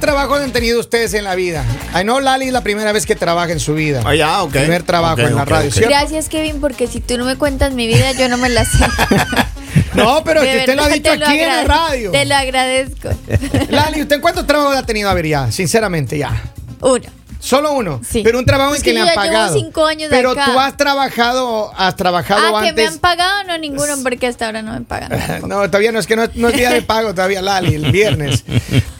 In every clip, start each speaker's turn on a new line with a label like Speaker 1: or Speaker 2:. Speaker 1: trabajo han tenido ustedes en la vida? Ay, no, Lali es la primera vez que trabaja en su vida.
Speaker 2: Ah, ya, ok.
Speaker 1: Primer trabajo
Speaker 2: Ok,
Speaker 1: en la
Speaker 2: ok,
Speaker 1: radio,
Speaker 2: ok.
Speaker 1: ¿cierto?
Speaker 3: Gracias, Kevin, porque si tú no me cuentas mi vida, yo no me la sé.
Speaker 1: No, pero
Speaker 3: De
Speaker 1: si usted lo ha
Speaker 3: verdad,
Speaker 1: dicho
Speaker 3: te lo
Speaker 1: aquí en la
Speaker 3: agrade-
Speaker 1: radio.
Speaker 3: Te lo agradezco.
Speaker 1: Lali, ¿usted cuántos trabajos ha tenido? A ver, ya, sinceramente, ya.
Speaker 3: Uno.
Speaker 1: Solo uno.
Speaker 3: Sí.
Speaker 1: Pero un trabajo
Speaker 3: Es
Speaker 1: en
Speaker 3: que
Speaker 1: que le
Speaker 3: yo
Speaker 1: han
Speaker 3: ya llevo
Speaker 1: pagado.
Speaker 3: cinco años
Speaker 1: pero
Speaker 3: acá.
Speaker 1: tú has trabajado, has trabajado
Speaker 3: Ah, que
Speaker 1: antes.
Speaker 3: me han pagado, no ninguno, porque hasta ahora no me pagan.
Speaker 1: No, todavía no es que no, no es día de pago todavía, Lali, el viernes.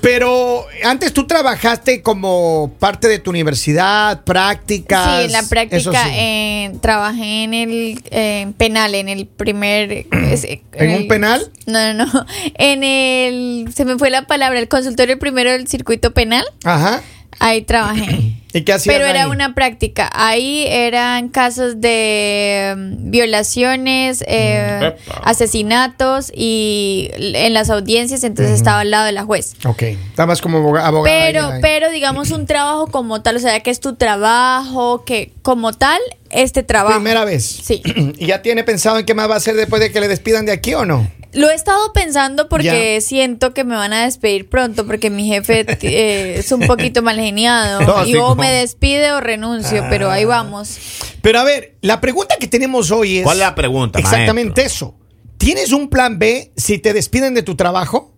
Speaker 1: Pero antes tú trabajaste como parte de tu universidad, prácticas.
Speaker 3: Sí, en la
Speaker 1: eso
Speaker 3: práctica
Speaker 1: sí.
Speaker 3: eh, trabajé en el eh, en penal, en el primer... ese-
Speaker 1: ¿En un
Speaker 3: el-
Speaker 1: penal?
Speaker 3: No, no, no. En el... Se me fue la palabra, el consultorio primero del circuito penal.
Speaker 1: Ajá.
Speaker 3: Ahí trabajé.
Speaker 1: ¿Y qué hacías
Speaker 3: Pero era
Speaker 1: ahí?
Speaker 3: una práctica. Ahí eran casos de mm, violaciones,
Speaker 1: Mm,
Speaker 3: eh, asesinatos y l- en las audiencias, entonces estaba al lado de la juez.
Speaker 1: Ok, estabas como aboga- abogada. ahí,
Speaker 3: Pero,
Speaker 1: Lali.
Speaker 3: pero digamos un trabajo como tal, o sea, que es tu trabajo, que como tal, este trabajo.
Speaker 1: Primera vez.
Speaker 3: Sí.
Speaker 1: ¿Y ya tiene pensado en qué más va a hacer después de que le despidan de aquí o no?
Speaker 3: Lo he estado pensando porque siento que me van a despedir pronto porque mi jefe eh, es un poquito mal geniado. Y
Speaker 2: Tóxico.
Speaker 3: o me despide o renuncio, pero
Speaker 1: Ah.
Speaker 3: ahí vamos.
Speaker 1: Pero a ver, la pregunta que tenemos hoy es.
Speaker 2: ¿Cuál es la pregunta,
Speaker 1: Exactamente eso. ¿Tienes un plan B si te despiden de tu trabajo?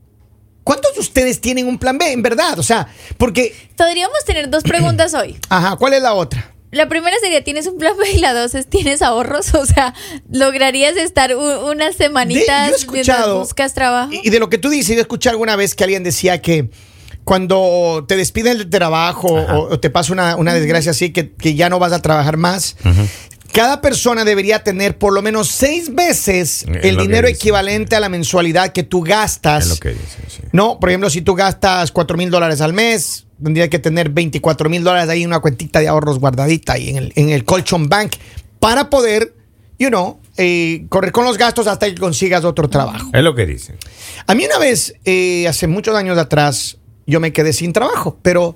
Speaker 1: ¿Cuántos de ustedes tienen un plan B, en verdad? O sea, porque.
Speaker 3: Podríamos tener dos preguntas hoy.
Speaker 1: Ajá, ¿cuál es la otra?
Speaker 3: La primera sería, ¿tienes un plan B? Y la dos es, ¿tienes ahorros? O sea, ¿lograrías estar u- unas
Speaker 1: De- yo he
Speaker 3: semanitas mientras
Speaker 1: escuchado-
Speaker 3: buscas trabajo?
Speaker 1: Y, y de lo que tú dices, yo escuché alguna vez que alguien decía que cuando te despiden del trabajo o, o te pasa una, una desgracia así, que, que ya no vas a trabajar más. Cada persona debería tener por lo menos seis veces
Speaker 2: Es
Speaker 1: el
Speaker 2: lo que
Speaker 1: dinero
Speaker 2: dice.
Speaker 1: equivalente a la mensualidad que tú gastas
Speaker 2: Es lo que dice, sí.
Speaker 1: No, por ejemplo, si tú gastas 4 mil dólares al mes, tendría que tener 24 mil dólares ahí en una cuentita de ahorros guardadita ahí en el, en el Colchon Bank para poder, you know, eh, correr con los gastos hasta que consigas otro trabajo.
Speaker 2: Es lo que dice.
Speaker 1: A mí una vez, eh, hace muchos años atrás, yo me quedé sin trabajo, pero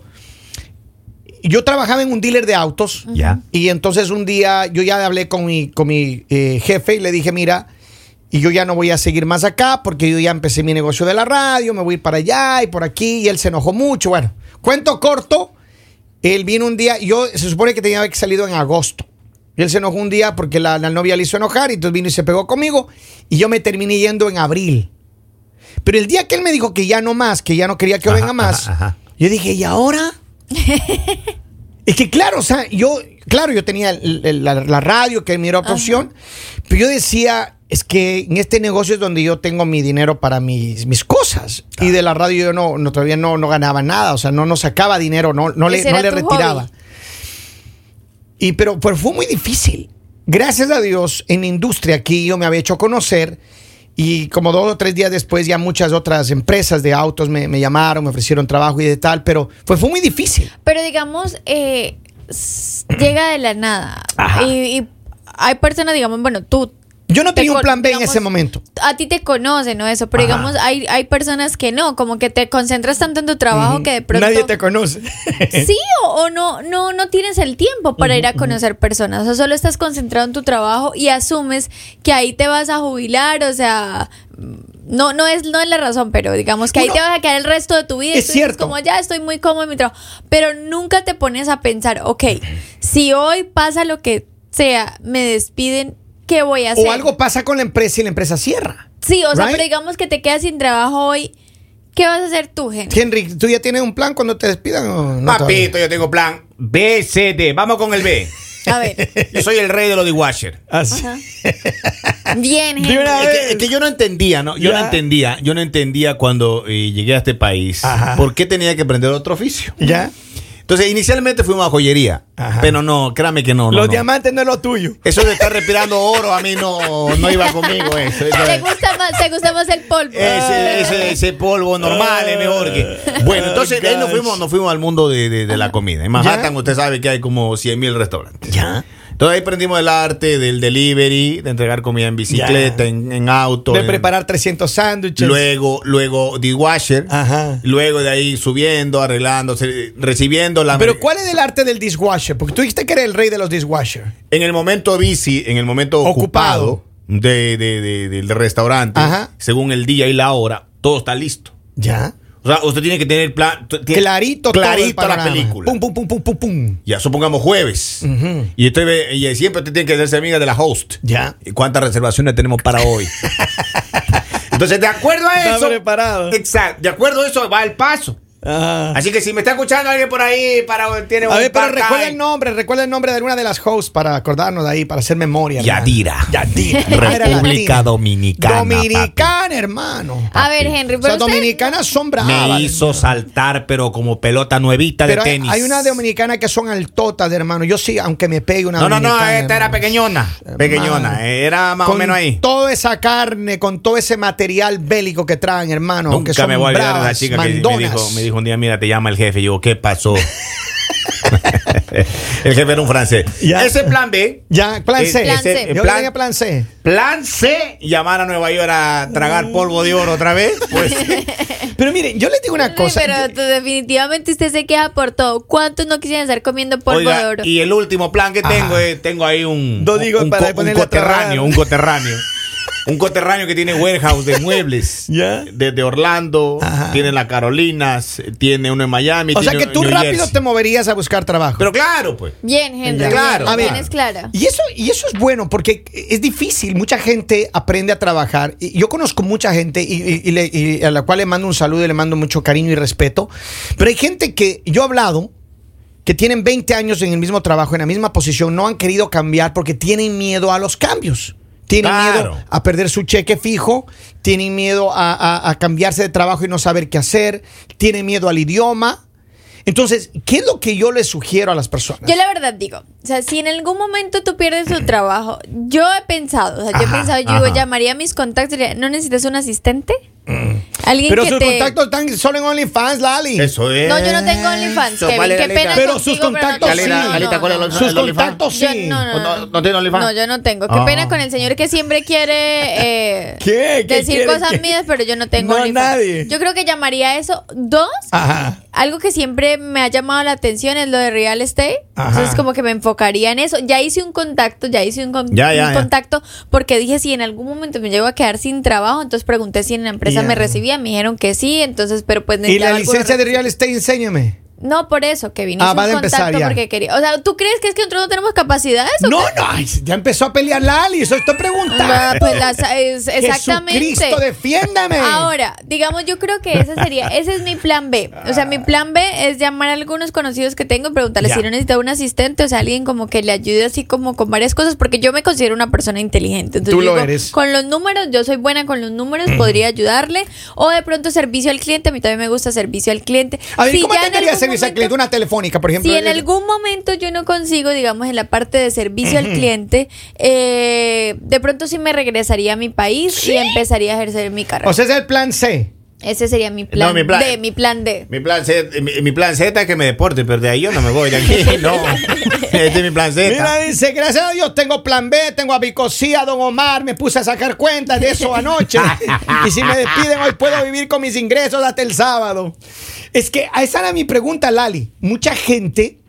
Speaker 1: yo trabajaba en un dealer de autos.
Speaker 2: Ya.
Speaker 1: Y entonces un día yo ya hablé con mi, con mi eh, jefe y le dije, mira, y yo ya no voy a seguir más acá porque yo ya empecé mi negocio de la radio, me voy a ir para allá y por aquí, y él se enojó mucho. Bueno, cuento corto, él vino un día, yo se supone que tenía que haber salido en agosto. Y él se enojó un día porque la, la novia le hizo enojar y entonces vino y se pegó conmigo y yo me terminé yendo en abril. Pero el día que él me dijo que ya no más, que ya no quería que yo
Speaker 2: Ajá,
Speaker 1: venga más,
Speaker 2: ajá, ajá.
Speaker 1: yo dije, ¿y ahora? Es que claro, o sea, yo, claro, yo tenía el- el- la, la radio que miró opción, pero yo decía, es que en este negocio es donde yo tengo mi dinero para mis, mis cosas. Y de la radio yo no, no todavía no, no ganaba nada, o sea, no, no sacaba dinero, no, no le,
Speaker 3: Ese
Speaker 1: no
Speaker 3: era
Speaker 1: le
Speaker 3: tu
Speaker 1: retiraba.
Speaker 3: hobby.
Speaker 1: Y pero, pero fue muy difícil. Gracias a Dios, en la industria aquí yo me había hecho conocer y como dos o tres días después ya muchas otras empresas de autos me, me llamaron, me ofrecieron trabajo y de tal, pero fue, fue muy difícil.
Speaker 3: Pero digamos, eh, s- llega de la nada. Y, y hay personas, digamos, bueno, tú...
Speaker 1: Yo no
Speaker 3: te
Speaker 1: tenía un
Speaker 3: con-
Speaker 1: plan B en
Speaker 3: digamos,
Speaker 1: ese momento.
Speaker 3: A ti te conocen, ¿no? Eso, pero digamos, hay, hay personas que no, como que te concentras tanto en tu trabajo que de pronto...
Speaker 1: Nadie te conoce.
Speaker 3: Sí, o, o no, no, no tienes el tiempo para ir a conocer personas. O sea, solo estás concentrado en tu trabajo y asumes que ahí te vas a jubilar. O sea, mm, no, no es, no es la razón, pero digamos que ahí
Speaker 1: Uno-
Speaker 3: te vas a quedar el resto de tu vida. y
Speaker 1: Es
Speaker 3: tú dices,
Speaker 1: cierto.
Speaker 3: Como ya estoy muy cómodo en mi trabajo. Pero nunca te pones a pensar, ok, si hoy pasa lo que sea, me despiden, ¿qué voy a hacer?
Speaker 1: o algo pasa con la empresa y la empresa cierra.
Speaker 3: Sí, o sea,
Speaker 1: Right?
Speaker 3: pero digamos que te quedas sin trabajo hoy. ¿Qué vas a hacer tú, gente?
Speaker 1: Henry, ¿tú ya tienes un plan cuando te despidan? o no todavía?
Speaker 2: Papito, yo tengo plan B, C, D. Vamos con el B.
Speaker 3: A ver.
Speaker 2: Yo soy el rey de los de washer.
Speaker 3: Bien,
Speaker 1: De
Speaker 3: gente.
Speaker 1: una
Speaker 2: Es
Speaker 1: vez.
Speaker 2: que, es que yo no entendía, ¿no? Yo
Speaker 1: Ya.
Speaker 2: no entendía, yo no entendía cuando eh, llegué a este país
Speaker 1: Ajá.
Speaker 2: por qué tenía que aprender otro oficio.
Speaker 1: ¿Ya?
Speaker 2: Entonces, inicialmente fui a una joyería,
Speaker 1: Ajá.
Speaker 2: pero no, créame que no. no,
Speaker 1: Los
Speaker 2: no.
Speaker 1: diamantes no es lo tuyo.
Speaker 2: Eso de estar respirando oro a mí no, no iba conmigo eso. eso
Speaker 3: ¿Te
Speaker 2: es-
Speaker 3: gusta más, te gusta más el polvo?
Speaker 1: Ah.
Speaker 2: Ese, ese, ese polvo normal es mejor que. Bueno, entonces de ahí nos fuimos, nos fuimos al mundo de, de- de la comida. En Manhattan,
Speaker 1: Ya.
Speaker 2: usted sabe que hay como 100 mil restaurantes.
Speaker 1: Ya.
Speaker 2: Entonces ahí aprendimos el arte del delivery, de entregar comida en bicicleta,
Speaker 1: Ya.
Speaker 2: en, en auto.
Speaker 1: De
Speaker 2: en-
Speaker 1: preparar 300 sándwiches.
Speaker 2: Luego, luego dishwasher.
Speaker 1: Ajá.
Speaker 2: Luego de ahí subiendo, arreglándose, recibiendo la.
Speaker 1: Pero ¿cuál es el arte del dishwasher? Porque tú dijiste que eres el rey de los dishwasher.
Speaker 2: En el momento bici, en el momento
Speaker 1: Ocupado.
Speaker 2: ocupado, de, de- de- del restaurante,
Speaker 1: Ajá.
Speaker 2: según el día y la hora, todo está listo.
Speaker 1: ¿Ya?
Speaker 2: O sea, usted tiene que tener plan. t- tiene-
Speaker 1: Clarito, todo el
Speaker 2: clarito la
Speaker 1: panorama.
Speaker 2: película.
Speaker 1: Pum, pum, pum, pum, pum, pum.
Speaker 2: Ya, supongamos jueves.
Speaker 1: Ujú.
Speaker 2: Y usted ve- y siempre usted tiene que hacerse amiga de la host.
Speaker 1: Ya.
Speaker 2: ¿Y cuántas reservaciones tenemos para hoy? Entonces, de acuerdo a
Speaker 4: Está
Speaker 2: eso.
Speaker 4: preparado.
Speaker 2: Exacto. De acuerdo a eso, va el paso.
Speaker 4: Ajá.
Speaker 2: Así que si me está escuchando alguien por ahí, para tiene
Speaker 1: Ah. A ver, pero
Speaker 2: part-time.
Speaker 1: recuerda el nombre, recuerda el nombre de alguna de las hosts para acordarnos de ahí, para hacer memoria. hermano.
Speaker 2: Yadira. Yadira.
Speaker 1: Latina.
Speaker 2: República Dominicana. papi.
Speaker 1: Dominicana, hermano.
Speaker 3: A ver, Henry,
Speaker 1: O sea,
Speaker 3: pero usted-
Speaker 1: dominicanas son bravas.
Speaker 2: Me hizo saltar, pero como pelota nuevita de
Speaker 1: Ah, Pero hay-
Speaker 2: tenis.
Speaker 1: hay una dominicana que son altotas, de hermano. Yo sí, aunque me pegue una
Speaker 2: No, no, no,
Speaker 1: dominicana,
Speaker 2: esta era
Speaker 1: hermano.
Speaker 2: pequeñona. Pequeñona. Era más o
Speaker 1: Con
Speaker 2: menos ahí.
Speaker 1: toda esa carne, con todo ese material bélico que traen, hermano. aunque
Speaker 2: Nunca
Speaker 1: son
Speaker 2: me voy a olvidar de la
Speaker 1: bravas,
Speaker 2: chica que me
Speaker 1: mandonas.
Speaker 2: dijo, me dijo un día, mira, te llama el jefe. Y yo, ¿qué pasó? el jefe era un francés.
Speaker 1: Ya.
Speaker 2: Ese plan B.
Speaker 1: Ya, plan
Speaker 2: Eh,
Speaker 1: C.
Speaker 3: Plan C.
Speaker 1: Yo
Speaker 2: Plan-
Speaker 1: tenía plan C.
Speaker 2: Plan C, llamar a Nueva York a
Speaker 1: Mm.
Speaker 2: tragar polvo de oro otra vez. Pues
Speaker 1: Pero miren, yo les digo una
Speaker 3: Sí,
Speaker 1: cosa.
Speaker 3: pero tú- definitivamente usted se queja por todo. ¿Cuántos no quisieran estar comiendo polvo
Speaker 2: Oiga,
Speaker 3: de oro?
Speaker 2: y el último plan que tengo es, tengo ahí un,
Speaker 4: Dos higos
Speaker 2: un,
Speaker 4: para
Speaker 2: un
Speaker 4: ponerle a trabajar.
Speaker 2: coterráneo, un coterráneo. Un coterráneo que tiene warehouse de muebles.
Speaker 4: Ya.
Speaker 2: Desde Orlando, tiene la Carolinas, tiene uno en Miami.
Speaker 1: o sea
Speaker 2: tiene
Speaker 1: que tú
Speaker 2: New
Speaker 1: rápido
Speaker 2: Jersey.
Speaker 1: te moverías a buscar trabajo.
Speaker 2: Pero claro, pues.
Speaker 3: Bien, Henry.
Speaker 2: Claro,
Speaker 3: bien,
Speaker 1: a ver.
Speaker 3: bien es clara.
Speaker 1: Y eso, y eso es bueno porque es difícil. Mucha gente aprende a trabajar. Y yo conozco mucha gente y, y- y le- y a la cual le mando un saludo y le mando mucho cariño y respeto. Pero hay gente que yo he hablado que tienen 20 años en el mismo trabajo, en la misma posición, no han querido cambiar porque tienen miedo a los cambios. Tienen
Speaker 2: Claro.
Speaker 1: miedo a perder su cheque fijo, tienen miedo a, a- a cambiarse de trabajo y no saber qué hacer, tienen miedo al idioma. Entonces, ¿qué es lo que yo les sugiero a las personas?
Speaker 3: Yo la verdad digo, o sea, si en algún momento tú pierdes tu trabajo, yo he pensado, o sea, yo he
Speaker 1: Ajá,
Speaker 3: pensado, yo digo,
Speaker 2: ajá.
Speaker 3: llamaría a mis contactos y diría, ¿no necesitas un asistente? Alguien
Speaker 1: Pero
Speaker 3: que
Speaker 1: sus
Speaker 3: te...
Speaker 1: contactos están solo en OnlyFans, Lali.
Speaker 2: Eso es.
Speaker 3: No, yo no tengo OnlyFans,
Speaker 2: Eso,
Speaker 3: Kevin,
Speaker 2: vale,
Speaker 3: qué
Speaker 2: Lalita.
Speaker 3: pena
Speaker 1: Pero
Speaker 3: contigo,
Speaker 1: sus contactos
Speaker 3: pero no
Speaker 1: sí.
Speaker 3: contigo, no,
Speaker 2: Lalita, ¿cuál es
Speaker 3: no,
Speaker 2: el-
Speaker 3: no,
Speaker 1: Sus
Speaker 2: el OnlyFans?
Speaker 1: contactos
Speaker 3: Yo-
Speaker 1: sí.
Speaker 3: no, no, no,
Speaker 2: ¿No- no tiene OnlyFans?
Speaker 3: No, yo no tengo. Qué
Speaker 2: Ah.
Speaker 3: pena con el señor que siempre quiere eh,
Speaker 4: ¿Qué? ¿Qué
Speaker 3: decir
Speaker 4: quiere?
Speaker 3: cosas
Speaker 4: ¿Qué?
Speaker 3: mías, pero yo no tengo
Speaker 4: No,
Speaker 3: OnlyFans.
Speaker 4: nadie.
Speaker 3: Yo creo que llamaría eso dos.
Speaker 1: Ajá.
Speaker 3: Algo que siempre me ha llamado la atención es lo de real estate.
Speaker 1: Ajá.
Speaker 3: Entonces como que me enfocaría en eso. Ya hice un contacto, ya hice un, con-
Speaker 2: Ya, ya,
Speaker 3: un
Speaker 2: ya.
Speaker 3: contacto porque dije si en algún momento me llego a quedar sin trabajo, entonces pregunté si en la empresa
Speaker 1: Ya.
Speaker 3: me recibía, me dijeron que sí, entonces pero pues
Speaker 1: Y la
Speaker 3: necesitaba algunos
Speaker 1: licencia de real estate, enséñame.
Speaker 3: no, por eso, Kevin.
Speaker 1: Ah,
Speaker 3: hice un
Speaker 1: va de empezar
Speaker 3: contacto
Speaker 1: ya.
Speaker 3: porque quería. O sea, ¿tú crees que es que nosotros no tenemos capacidades? o
Speaker 1: No,
Speaker 3: qué?
Speaker 1: no, ay, ya empezó a pelear Lali, eso estoy
Speaker 3: Ah,
Speaker 1: preguntando.
Speaker 3: pues las- es- exactamente.
Speaker 1: Jesucristo, defiéndame.
Speaker 3: Ahora, digamos, yo creo que ese sería, ese es mi plan B. O sea, mi plan B es llamar a algunos conocidos que tengo y preguntarles
Speaker 1: Ya.
Speaker 3: si no necesita un asistente, o sea, alguien como que le ayude así como con varias cosas, porque yo me considero una persona inteligente. Entonces,
Speaker 1: Tú lo
Speaker 3: digo,
Speaker 1: eres.
Speaker 3: Con los números, yo soy buena con los números, podría ayudarle. O de pronto servicio al cliente, a mí también me gusta servicio al cliente.
Speaker 1: A ver,
Speaker 3: Si
Speaker 1: ¿cómo
Speaker 3: ya
Speaker 1: te
Speaker 3: en
Speaker 1: quería
Speaker 3: algún
Speaker 1: servicio al
Speaker 3: momento-
Speaker 1: cliente? Una telefónica, por ejemplo.
Speaker 3: si en algún momento yo no consigo, digamos, en la parte de servicio al cliente, eh, de pronto sí me regresaría a mi país y empezaría a ejercer mi carrera.
Speaker 1: O sea, ese es el plan C.
Speaker 3: Ese sería mi plan,
Speaker 2: mi plan-
Speaker 3: D, mi plan D.
Speaker 2: Mi plan, Z, mi, mi plan Z es que me deporte, pero de ahí yo no me voy de aquí. No. Este es mi plan Z.
Speaker 1: Mira, dice, gracias a Dios tengo plan B, tengo a Bicosí, a Don Omar, me puse a sacar cuentas de eso anoche. y si me despiden hoy puedo vivir con mis ingresos hasta el sábado. Es que a esa era mi pregunta, Lali. Mucha gente,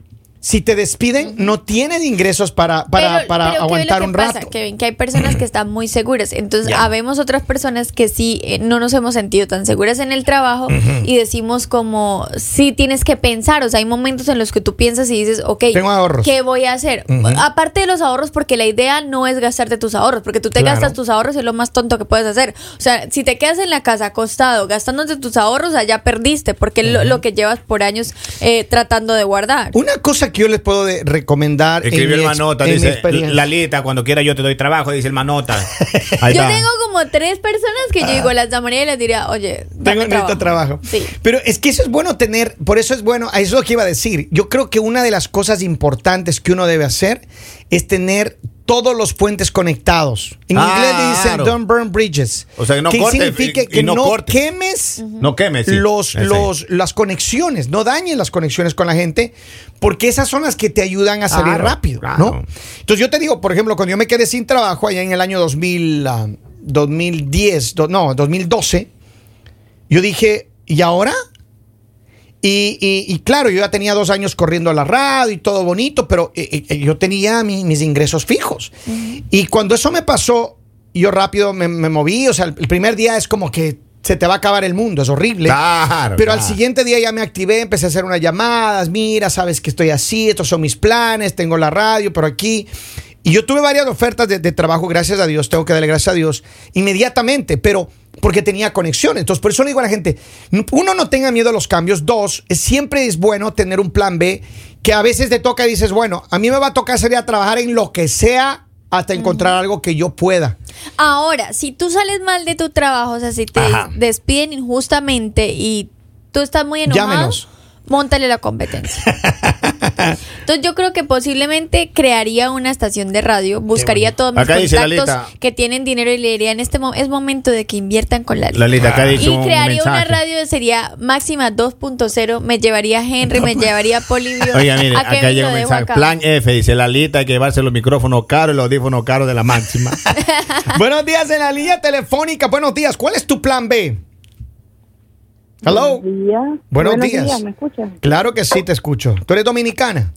Speaker 1: si te despiden, no tienes ingresos para, para,
Speaker 3: Pero-
Speaker 1: para
Speaker 3: pero ¿qué es lo
Speaker 1: aguantar
Speaker 3: que
Speaker 1: un
Speaker 3: pasa,
Speaker 1: rato.
Speaker 3: Kevin, que hay personas que están muy seguras. Entonces,
Speaker 2: Ya.
Speaker 3: habemos otras personas que sí eh, no nos hemos sentido tan seguras en el trabajo y decimos como, sí tienes que pensar. O sea, hay momentos en los que tú piensas y dices, ok,
Speaker 1: Tengo ahorros.
Speaker 3: ¿qué voy a hacer? Aparte de los ahorros, porque la idea no es gastarte tus ahorros, porque tú te
Speaker 1: Claro.
Speaker 3: gastas tus ahorros es lo más tonto que puedes hacer. O sea, si te quedas en la casa acostado gastándote tus ahorros, allá perdiste, porque lo, lo que llevas por años eh, tratando de guardar.
Speaker 1: Una cosa que yo les puedo de- recomendar en
Speaker 2: Escribió
Speaker 1: mi
Speaker 2: el
Speaker 1: ex-
Speaker 2: manota,
Speaker 1: en mi
Speaker 2: dice,
Speaker 1: experiencia.
Speaker 2: Lalita, cuando quiera yo te doy trabajo, dice el manota. Ahí
Speaker 3: Yo
Speaker 2: está.
Speaker 3: tengo como tres personas que yo digo, las llamaría y les diría, oye, dame
Speaker 1: Tengo necesito trabajo.
Speaker 3: Sí.
Speaker 1: Pero es que eso es bueno tener, por eso es bueno, a eso es lo que iba a decir. Yo creo que una de las cosas importantes que uno debe hacer es tener todos los puentes conectados. En
Speaker 2: Ah,
Speaker 1: inglés le dicen
Speaker 2: claro.
Speaker 1: don't burn bridges.
Speaker 2: O sea, que no
Speaker 1: que
Speaker 2: cortes,
Speaker 1: significa
Speaker 2: y-
Speaker 1: que
Speaker 2: y no
Speaker 1: no,
Speaker 2: cortes.
Speaker 1: quemes
Speaker 2: No quemes. sí.
Speaker 1: los,
Speaker 2: Ese.
Speaker 1: los, las conexiones, no dañen las conexiones con la gente, porque esas son las que te ayudan a salir
Speaker 2: Claro,
Speaker 1: rápido,
Speaker 2: claro.
Speaker 1: ¿no? Entonces yo te digo, por ejemplo, cuando yo me quedé sin trabajo allá en el año 2000, ah, 2010, do- no, 2012, yo dije, ¿y ahora? Y, y- y claro, yo ya tenía dos años corriendo a la radio y todo bonito, pero eh, eh, yo tenía mi- mis ingresos fijos. Y cuando eso me pasó, yo rápido me, me moví, o sea, el, el primer día es como que se te va a acabar el mundo, es horrible.
Speaker 2: Claro,
Speaker 1: Pero
Speaker 2: claro.
Speaker 1: al siguiente día ya me activé, empecé a hacer unas llamadas, mira, sabes que estoy así, estos son mis planes, tengo la radio, pero aquí... Y yo tuve varias ofertas de, de trabajo, gracias a Dios, tengo que darle gracias a Dios, inmediatamente, pero porque tenía conexión. Entonces, por eso le digo a la gente, n- uno, no tenga miedo a los cambios. Dos, es- siempre es bueno tener un plan B que a veces te toca y dices, bueno, a mí me va a tocar salir a trabajar en lo que sea hasta encontrar algo que yo pueda.
Speaker 3: Ahora, si tú sales mal de tu trabajo, o sea, si te
Speaker 2: Ajá.
Speaker 3: despiden injustamente y tú estás muy enojado,
Speaker 1: Llámenos.
Speaker 3: móntale la competencia. Entonces yo creo que posiblemente crearía una estación de radio, buscaría
Speaker 1: bueno.
Speaker 3: todos mis
Speaker 2: Acá dice
Speaker 3: contactos
Speaker 2: Lalita.
Speaker 3: que tienen dinero y le diría en este momento es momento de que inviertan con la
Speaker 2: La Lita acá ha dicho
Speaker 3: y crearía
Speaker 2: un
Speaker 3: una
Speaker 2: mensaje.
Speaker 3: radio que sería máxima 2.0, me llevaría Henry, me llevaría Polivio.
Speaker 2: Oiga, mire,
Speaker 3: ¿A
Speaker 2: acá
Speaker 3: Kevin
Speaker 2: llega
Speaker 3: lo
Speaker 2: un
Speaker 3: dejo
Speaker 2: mensaje.
Speaker 3: acá?
Speaker 2: Plan F, dice Lalita, hay que llevarse los micrófonos caros y los audífonos caros de la máxima.
Speaker 1: Buenos días en la línea telefónica. Buenos días. ¿Cuál es tu plan B? Hello.
Speaker 4: Buenos días.
Speaker 1: Buenos días.
Speaker 4: días. ¿Me escuchas?
Speaker 1: Claro que sí, te escucho. ¿Tú eres dominicana?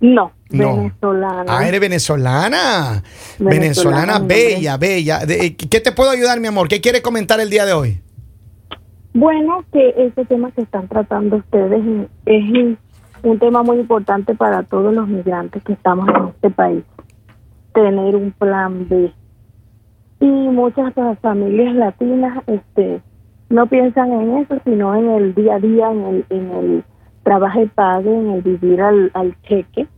Speaker 4: No,
Speaker 1: No.
Speaker 4: venezolana.
Speaker 1: Ah, eres venezolana. Venezolana,
Speaker 4: Venezolana, mi
Speaker 1: bella, bella. De- eh, ¿Qué te puedo ayudar, mi amor? ¿Qué quieres comentar el día de hoy?
Speaker 4: Bueno, que ese tema que están tratando ustedes es un tema muy importante para todos los migrantes que estamos en este país. Tener un plan B. Y muchas de las familias latinas este, no piensan en eso, sino en el día a día, en el, en el trabajo y pague, en el vivir al, al cheque.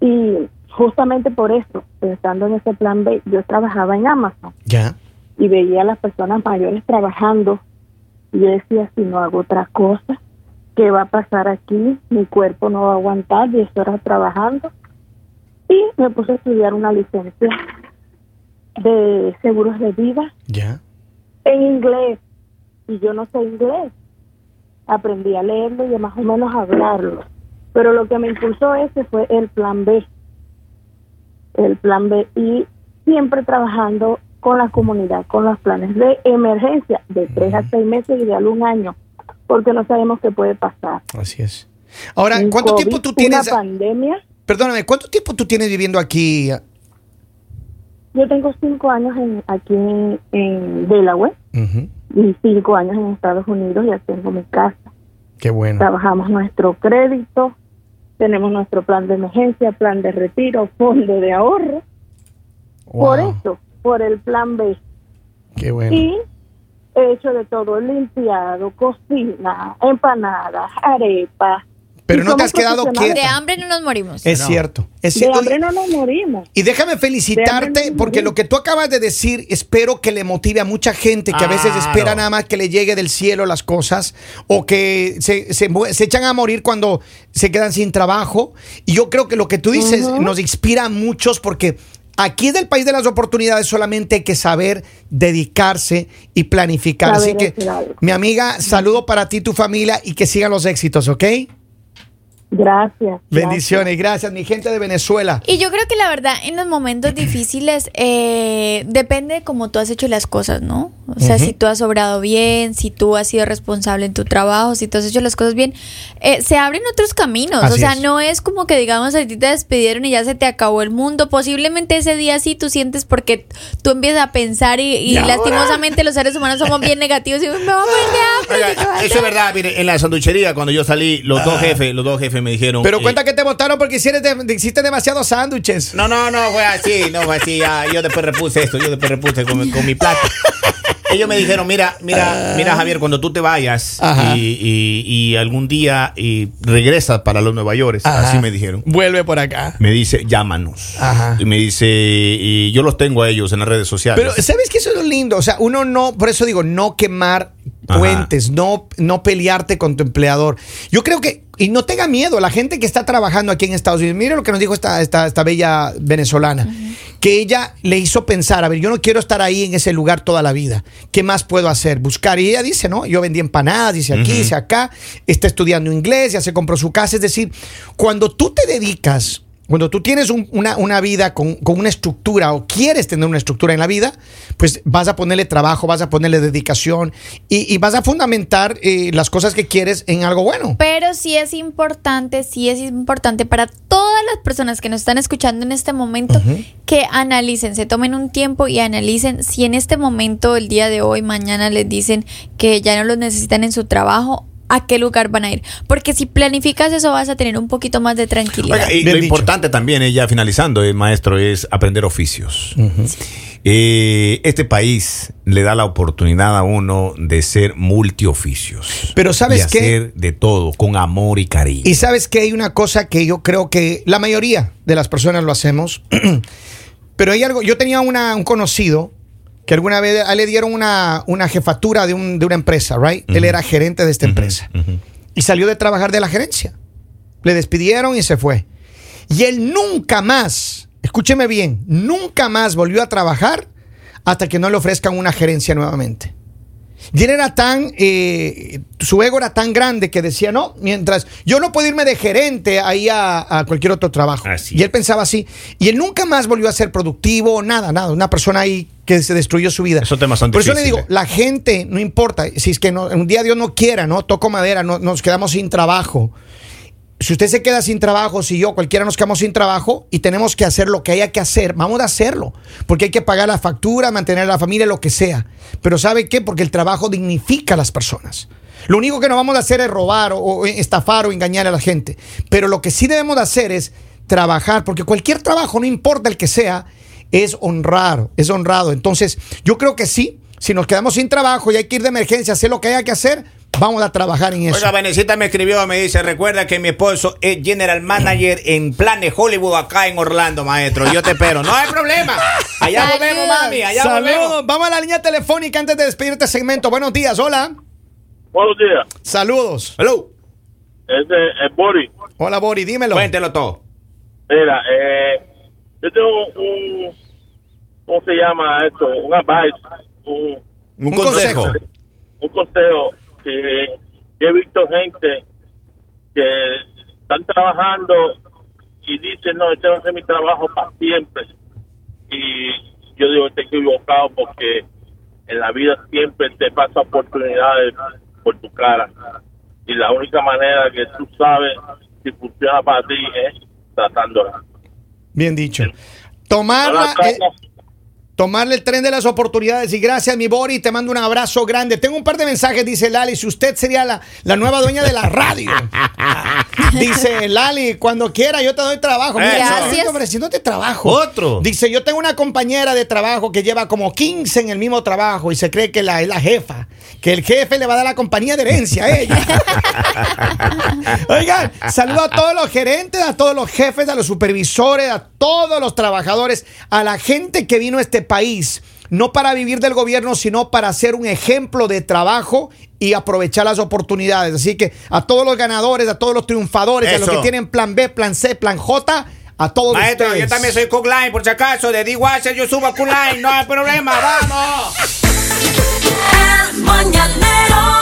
Speaker 4: Y justamente por eso, pensando en ese plan B, yo trabajaba en Amazon
Speaker 1: Ya.
Speaker 4: y veía a las personas mayores trabajando. Y yo decía, si no hago otra cosa, ¿qué va a pasar aquí? Mi cuerpo no va a aguantar 10 horas trabajando. Y me puse a estudiar una licencia de seguros de vida
Speaker 1: Ya.
Speaker 4: en inglés. Y yo no sé inglés. Aprendí a leerlo y a más o menos hablarlo. Pero lo que me impulsó ese fue el plan B. El plan B. Y siempre trabajando con la comunidad, con los planes de emergencia de tres a seis meses, ideal un año, porque no sabemos qué puede pasar.
Speaker 1: Así es. Ahora,
Speaker 4: Un
Speaker 1: ¿cuánto
Speaker 4: COVID,
Speaker 1: tiempo tú tienes?
Speaker 4: Una pandemia.
Speaker 1: Perdóname, ¿cuánto tiempo tú tienes viviendo aquí?
Speaker 4: Yo tengo cinco años en, aquí en, en Delaware
Speaker 1: Ujú,
Speaker 4: y cinco años en Estados Unidos, ya tengo mi casa.
Speaker 1: Qué bueno.
Speaker 4: trabajamos nuestro crédito, tenemos nuestro plan de emergencia, plan de retiro, fondo de ahorro, por
Speaker 1: Wow,
Speaker 4: eso, por el plan B.
Speaker 1: Qué bueno.
Speaker 4: Y he hecho de todo, limpiado, cocina, empanadas, arepas.
Speaker 1: Pero
Speaker 4: Y
Speaker 1: no te
Speaker 4: somos
Speaker 1: has quedado
Speaker 4: profesionales.
Speaker 3: De
Speaker 1: quieta.
Speaker 3: hambre no nos morimos.
Speaker 1: Es
Speaker 2: No.
Speaker 1: cierto. Es
Speaker 4: De
Speaker 1: cierto.
Speaker 4: hambre no nos morimos.
Speaker 1: Y déjame
Speaker 4: De
Speaker 1: felicitarte
Speaker 4: hambre no
Speaker 1: porque
Speaker 4: morir.
Speaker 1: lo que tú acabas de decir espero que le motive a mucha gente que a veces
Speaker 2: Claro.
Speaker 1: espera nada más que le llegue del cielo las cosas o que se, se mu- se echan a morir cuando se quedan sin trabajo. Y yo creo que lo que tú dices
Speaker 4: Ujú.
Speaker 1: nos inspira a muchos porque aquí es el país de las oportunidades, solamente hay que saber dedicarse y planificar. Así
Speaker 4: Saber
Speaker 1: que,
Speaker 4: hacer algo.
Speaker 1: mi amiga, saludo para ti, tu familia y que sigan los éxitos, ¿ok?
Speaker 4: Gracias.
Speaker 1: Bendiciones, gracias, mi gente de Venezuela.
Speaker 3: Y yo creo que la verdad, en los momentos difíciles, eh, depende de cómo tú has hecho las cosas, ¿no? O sea,
Speaker 1: Ujú.
Speaker 3: si tú has obrado bien, si tú has sido responsable en tu trabajo, si tú has hecho las cosas bien, eh, se abren otros caminos.
Speaker 1: Así
Speaker 3: o sea,
Speaker 1: es.
Speaker 3: no es como que, digamos, a ti te despidieron y ya se te acabó el mundo. Posiblemente ese día sí tú sientes porque tú empiezas a pensar y, y lastimosamente los seres humanos somos bien negativos y pues, me voy a morir de hambre,
Speaker 2: Oiga,
Speaker 3: ¿qué voy a
Speaker 2: eso es
Speaker 3: hacer?".
Speaker 2: verdad, mire, en la sanduchería cuando yo salí, los dos jefes, los dos jefes me dijeron.
Speaker 1: Ah. Pero
Speaker 2: eh,
Speaker 1: cuenta que te votaron porque hiciste, hiciste demasiados sándwiches.
Speaker 2: No, no, no fue así, no fue así. ya, yo después repuse esto, yo después repuse con, mi- con mi plata. Ellos me dijeron, mira, mira, mira Javier, cuando tú te vayas
Speaker 1: Ah. Ajá.
Speaker 2: y, y- y algún día y regresas para los Nueva York, así me dijeron.
Speaker 1: Vuelve por acá.
Speaker 2: Me dice, llámanos.
Speaker 1: Ajá.
Speaker 2: Y me dice, y yo los tengo a ellos en las redes sociales.
Speaker 1: Pero sabes que eso es lo lindo, o sea, uno no, por eso digo, no quemar
Speaker 2: Ajá.
Speaker 1: puentes, no, no pelearte con tu empleador. Yo creo que, y no tenga miedo, la gente que está trabajando aquí en Estados Unidos, mire lo que nos dijo esta, esta, esta bella venezolana, que ella le hizo pensar, a ver, yo no quiero estar ahí en ese lugar toda la vida, ¿qué más puedo hacer? Buscar, y ella dice, ¿no? Yo vendí empanadas, dice aquí, dice acá, está estudiando inglés, ya se compró su casa, es decir, cuando tú te dedicas Cuando tú tienes un- una, una vida con, con una estructura o quieres tener una estructura en la vida, pues vas a ponerle trabajo, vas a ponerle dedicación y, y vas a fundamentar eh, las cosas que quieres en algo bueno.
Speaker 3: Pero sí es importante, sí es importante para todas las personas que nos están escuchando en este momento que analicen, se tomen un tiempo y analicen si en este momento, el día de hoy, mañana les dicen que ya no los necesitan en su trabajo, a qué lugar van a ir. Porque si planificas eso vas a tener un poquito más de tranquilidad.
Speaker 2: Oiga, y
Speaker 1: Bien
Speaker 2: lo
Speaker 1: dicho.
Speaker 2: importante también, eh, ya finalizando, eh, maestro, es aprender oficios. Eh, este país le da la oportunidad a uno de ser multioficios.
Speaker 1: Pero ¿sabes
Speaker 2: y
Speaker 1: qué?
Speaker 2: hacer de todo, con amor y cariño.
Speaker 1: Y sabes que hay una cosa que yo creo que la mayoría de las personas lo hacemos, pero hay algo, yo tenía una- un conocido que alguna vez a él le dieron una, una jefatura de, un- de una empresa, ¿right? Él era gerente de esta empresa y salió de trabajar de la gerencia. Le despidieron y se fue. Y él nunca más, escúcheme bien, nunca más volvió a trabajar hasta que no le ofrezcan una gerencia nuevamente. Y él era tan, eh, su ego era tan grande que decía, no, mientras yo no puedo irme de gerente ahí a, a cualquier otro trabajo.
Speaker 2: Así
Speaker 1: y él
Speaker 2: es.
Speaker 1: pensaba así. Y él nunca más volvió a ser productivo, nada, nada. Una persona ahí que se destruyó su vida.
Speaker 2: Esos temas son
Speaker 1: Por eso le
Speaker 2: difíciles.
Speaker 1: digo, la gente, no importa, si es que no- un día Dios no quiera, ¿no? Toco madera, no, nos quedamos sin trabajo. Si usted se queda sin trabajo, si yo, cualquiera nos quedamos sin trabajo y tenemos que hacer lo que haya que hacer, vamos a hacerlo. Porque hay que pagar la factura, mantener a la familia, lo que sea. Pero ¿sabe qué? Porque el trabajo dignifica a las personas. Lo único que no vamos a hacer es robar o, o estafar o engañar a la gente. Pero lo que sí debemos de hacer es trabajar, porque cualquier trabajo, no importa el que sea, es honrar, es honrado. Entonces, yo creo que sí, si nos quedamos sin trabajo y hay que ir de emergencia, hacer lo que haya que hacer, vamos a trabajar en eso.
Speaker 2: Oiga, Vanesita me escribió, me dice, recuerda que mi esposo es general manager en Planes Hollywood acá en Orlando, maestro. Yo te espero. No hay problema. Allá nos vemos,
Speaker 3: Saludos.
Speaker 2: mami. Allá nos
Speaker 1: Saludos.
Speaker 2: vemos.
Speaker 1: Vamos a la línea telefónica antes de despedirte este segmento. Buenos días, hola.
Speaker 5: Buenos días.
Speaker 1: Saludos.
Speaker 2: Hello.
Speaker 5: Este es Boris.
Speaker 1: Hola, Bori, dímelo.
Speaker 2: Cuéntelo todo.
Speaker 5: Mira, eh, yo tengo un. ¿Cómo se llama esto? Un advice. Un,
Speaker 2: Un,
Speaker 1: Un
Speaker 2: consejo.
Speaker 1: consejo.
Speaker 5: un consejo que yo he visto gente que están trabajando y dicen, no, este va a ser mi trabajo para siempre. Y yo digo, estoy equivocado porque en la vida siempre te pasa oportunidades por tu cara. Y la única manera que tú sabes si funciona para ti es tratándola.
Speaker 1: Bien dicho.
Speaker 5: No la
Speaker 1: Tomarla, eh,
Speaker 5: tratas,
Speaker 1: tomarle el tren de las oportunidades. Y gracias, mi Bori, te mando un abrazo grande. Tengo un par de mensajes, dice Lali. Si usted sería la, la nueva dueña de la radio. dice Lali, cuando quiera yo te doy trabajo. Mira,
Speaker 2: Eso.
Speaker 1: yo estoy
Speaker 3: Gracias.
Speaker 1: ofreciéndote trabajo.
Speaker 2: Otro.
Speaker 1: Dice, yo tengo una compañera de trabajo que lleva como 15 en el mismo trabajo y se cree que la, es la jefa. Que el jefe le va a dar la compañía de herencia a ella. Oigan, saludo a todos los gerentes, a todos los jefes, a los supervisores, a todos los trabajadores, a la gente que vino a este país, no para vivir del gobierno, sino para ser un ejemplo de trabajo y aprovechar las oportunidades. Así que a todos los ganadores, a todos los triunfadores, a los
Speaker 2: Eso.
Speaker 1: que tienen plan B, plan C, plan J, a todos
Speaker 2: Maestro,
Speaker 1: ustedes.
Speaker 2: yo también soy Cook Line, por si acaso, de D-Washer, yo subo a Cook Line, no hay problema, vamos.
Speaker 6: El mañanero